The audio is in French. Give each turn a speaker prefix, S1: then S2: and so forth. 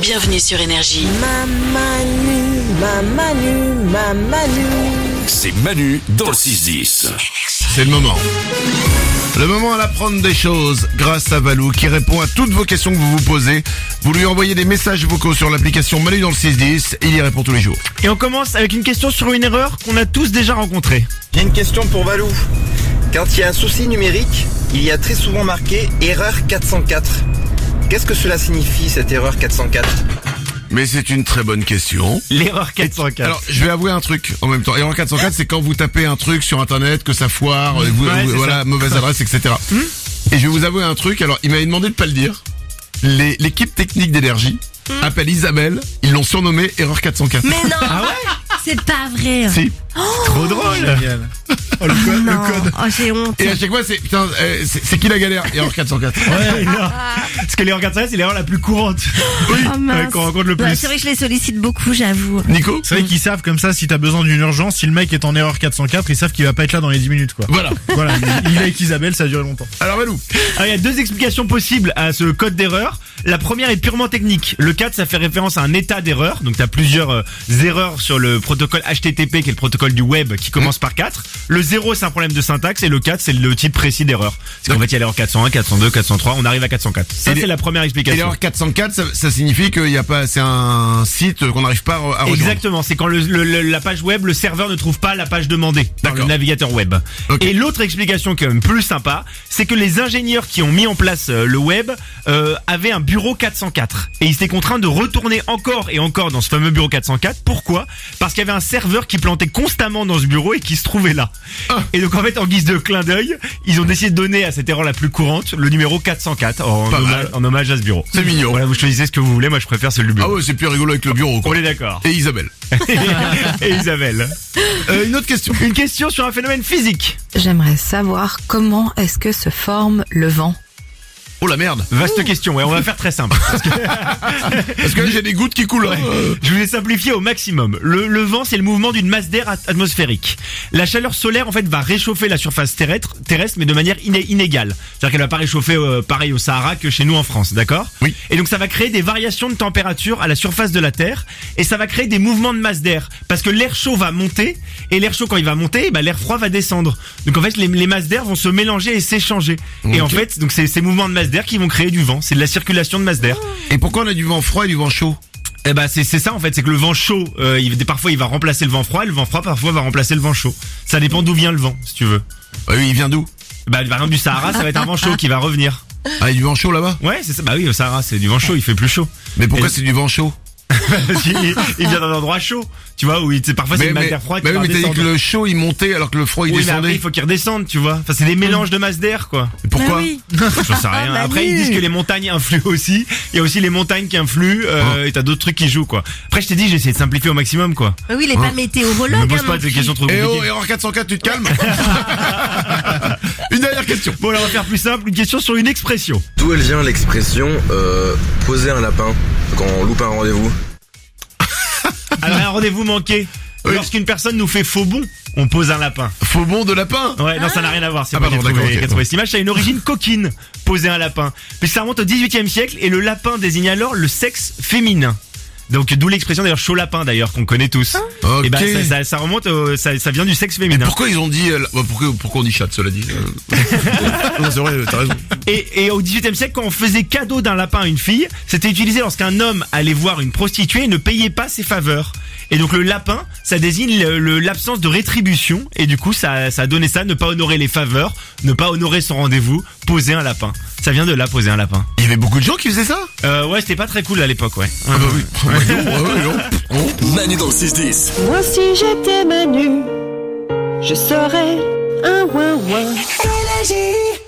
S1: Bienvenue sur Énergie.
S2: Ma Manu, ma Manu, ma Manu.
S3: C'est Manu dans le 6-10.
S4: C'est le moment. Le moment à l'apprendre des choses grâce à Valou qui répond à toutes vos questions que vous vous posez. Vous lui envoyez des messages vocaux sur l'application Manu dans le 610 et il y répond tous les jours.
S5: Et on commence avec une question sur une erreur qu'on a tous déjà rencontrée.
S6: J'ai une question pour Valou. Quand il y a un souci numérique, il y a très souvent marqué erreur 404. Qu'est-ce que cela signifie cette erreur 404
S4: Mais c'est une très bonne question.
S5: L'erreur
S4: Alors, je vais avouer un truc en même temps. Et en 404, c'est quand vous tapez un truc sur internet, que ça foire, euh, vous-
S5: Ouais,
S4: vous-
S5: c'est
S4: voilà,
S5: ça. Hmm
S4: mauvaise adresse, etc. Et je vais vous avouer un truc. Alors, il m'avait demandé de pas le dire. Les- L'équipe technique d'énergie
S5: Hmm.
S4: appelle Isabelle. Ils l'ont surnommée Erreur 404.
S7: Mais non
S5: Ah
S7: C'est pas vrai
S4: Si.
S5: Trop drôle
S7: Non Oh j'ai honte
S4: Et à chaque fois, c'est putain, euh, c'est c'est qui la galère Erreur 404.
S5: Ouais, non. Parce que l'erreur 404, c'est l'erreur la plus courante.
S7: Oh, mince.
S5: euh, qu'on rencontre le
S7: Ouais,
S5: plus.
S7: C'est vrai que je les sollicite beaucoup j'avoue
S4: Nico
S8: C'est vrai qu'ils savent comme ça si t'as besoin d'une urgence, si le mec est en erreur 404, ils savent qu'il va pas être là dans les 10 minutes quoi.
S4: Voilà.
S8: Voilà, il- il est avec Isabelle, ça a duré longtemps.
S4: Alors Valou,
S5: Alors, Ah, il y a deux explications possibles à ce code d'erreur. La première est purement technique. Le 4, ça fait référence à un état d'erreur. Donc, tu as plusieurs euh, erreurs sur le protocole HTTP, qui est le protocole du web, qui commence par 4. Le 0, c'est un problème de syntaxe. Et le 4, c'est le type précis d'erreur. Parce qu'en fait, il y a l'erreur 401, 402, 403. On arrive à 404. Ça,
S4: Et
S5: c'est
S4: les-
S5: la première
S4: et
S5: explication.
S4: l'erreur 404, ça, ça signifie qu'il y a pas, c'est un site qu'on n'arrive pas à rejoindre.
S5: Exactement, c'est quand le- le- le- la page web, le serveur ne trouve pas la page demandée par le
S4: D'accord.
S5: navigateur web.
S4: Ok.
S5: Et l'autre explication qui est quand même plus sympa, c'est que les ingénieurs qui ont mis en place euh, le web euh, avaient un bureau 404 et ils étaient contraints de retourner encore et encore dans ce fameux bureau 404. Pourquoi Parce qu'il y avait un serveur qui plantait constamment dans ce bureau et qui se trouvait là.
S4: Ah.
S5: Et donc en fait, en guise de clin d'œil, ils ont décidé de donner à cette erreur la plus courante le numéro 404 en,
S4: Pas
S5: hommage,
S4: mal.
S5: en hommage à ce bureau.
S4: C'est mignon.
S5: Voilà, vous choisissez ce que vous voulez. Moi, je préfère celui du
S4: Ah
S5: bureau.
S4: ouais, c'est plus rigolo avec le bureau. Quoi.
S5: On est d'accord.
S4: Et Isabelle.
S5: et Isabelle.
S4: Euh, une autre question.
S5: Une question sur un phénomène physique.
S9: J'aimerais savoir comment est-ce que se forme le vent.
S4: Oh la merde.
S5: Vaste question, ouais, on va faire très simple.
S4: Parce que là, j'ai des gouttes qui coulent. hein. Euh,
S5: Je voulais simplifier au maximum. Le, le vent, c'est le mouvement d'une masse d'air at- atmosphérique. La chaleur solaire, en fait, va réchauffer la surface terrestre, terrestre mais de manière iné- inégale. C'est-à-dire qu'elle va pas réchauffer euh, pareil au Sahara que chez nous en France, d'accord
S4: Oui.
S5: Et donc ça va créer des variations de température à la surface de la Terre, et ça va créer des mouvements de masse d'air, parce que l'air chaud va monter, et l'air chaud quand il va monter, eh ben, l'air froid va descendre. Donc en fait, les, les masses d'air vont se mélanger et s'échanger. Et en fait, donc c'est ces mouvements de masse d'air qui vont créer du vent, c'est de la circulation de masse d'air.
S4: Et pourquoi on a du vent froid et du vent chaud
S5: Eh ben c'est c'est ça en fait, c'est que le vent chaud, euh, il, parfois il va remplacer le vent froid, et le vent froid parfois va remplacer le vent chaud. Ça dépend d'où vient le vent, si tu veux.
S4: Bah oui, il vient d'où
S5: Bah par exemple du Sahara, ça va être un vent chaud qui va revenir.
S4: Ah, il y a du vent chaud là-bas.
S5: Ouais, c'est ça. Bah oui, au Sahara, c'est du vent chaud, il fait plus chaud.
S4: Mais pourquoi
S5: Et-
S4: c'est du vent chaud
S5: Parce qu'il il vient d'un endroit chaud, tu vois, où il, c'est- parfois c'est
S4: Mais
S5: une
S4: mais,
S5: matière froide qui
S4: mais oui,
S5: va
S4: mais t'as dit
S5: redescendre.
S4: que le chaud il montait alors que le froid il
S5: Oui, mais après,
S4: descendait.
S5: il faut qu'il redescende, tu vois. Enfin, c'est des mélanges de masse d'air, quoi.
S4: Pourquoi
S7: Ah oui.
S5: J'en sais rien.
S4: bah
S7: Manu.
S5: Après, ils disent que les montagnes influent aussi. Il y a aussi les montagnes qui influent,
S4: Oh.
S5: euh, et t'as d'autres trucs qui jouent, quoi. Après, je t'ai dit, j'ai essayé de simplifier au maximum, quoi.
S7: Mais Oui il est pas météorologue
S5: Ne me
S7: hein,
S5: pose
S7: mon
S5: pas des
S7: petit.
S5: questions trop
S4: Eh
S5: compliquées.
S4: oh, erreur 404, tu te calmes Une dernière question.
S5: Bon, là, on va faire plus simple. Une question sur une expression.
S6: D'où elle vient l'expression euh, poser un lapin quand on loupe un rendez-vous
S5: Alors, un rendez-vous manqué.
S4: Oui.
S5: Lorsqu'une personne nous fait faux bon, on pose un lapin.
S4: Faux bon de lapin.
S5: Ouais, non, ça n'a rien à voir. C'est
S4: Ah,
S5: pas
S4: pardon,
S5: j'ai trouvé-
S4: d'accord, ok.
S5: j'ai trouvé cette image. Ça a une origine coquine, poser un lapin. Mais ça remonte au 18e siècle et le lapin désigne alors le sexe féminin. Donc, d'où l'expression d'ailleurs chaud lapin d'ailleurs qu'on connaît tous.
S4: Ok.
S5: Et ben, ça, ça- ça remonte, au- ça, ça vient du sexe
S4: Mais
S5: féminin.
S4: pourquoi ils ont dit euh, la- bah, pourquoi, pourquoi on dit chatte cela dit euh. Non, c'est vrai, t'as raison.
S5: Et, et au 18e siècle, quand on faisait cadeau d'un lapin à une fille, c'était utilisé lorsqu'un homme allait voir une prostituée et ne payait pas ses faveurs. Et donc le lapin, ça désigne le- le- l'absence de rétribution. Et du coup, ça, ça donnait ça, ne pas honorer les faveurs, ne pas honorer son rendez-vous, poser un lapin. Ça vient de là, poser un lapin.
S4: Il y avait beaucoup de gens qui faisaient ça
S5: Euh, ouais, c'était pas très cool à l'époque, ouais.
S4: Ah bah oui. Ouais, non, ouais, non. Non.
S3: Manu dans le 6-10.
S2: Moi si j'étais Manu, je serais un ouin ouin. Énergie.